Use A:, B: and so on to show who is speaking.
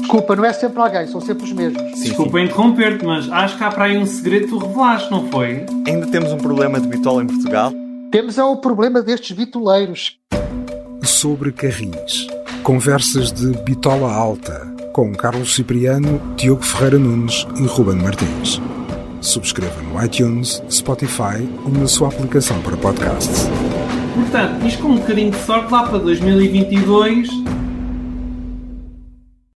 A: Desculpa, não é sempre alguém, são sempre os mesmos.
B: Desculpa interromper-te, mas acho que há para aí um segredo que tu revelaste, não foi?
C: Ainda temos um problema de bitola em Portugal?
A: Temos é o problema destes bitoleiros.
D: Sobre Carris. Conversas de Bitola Alta com Carlos Cipriano, Diogo Ferreira Nunes e Ruben Martins. Subscreva no iTunes, Spotify ou na sua aplicação para podcasts.
B: Portanto, isto com um bocadinho de sorte lá para 2022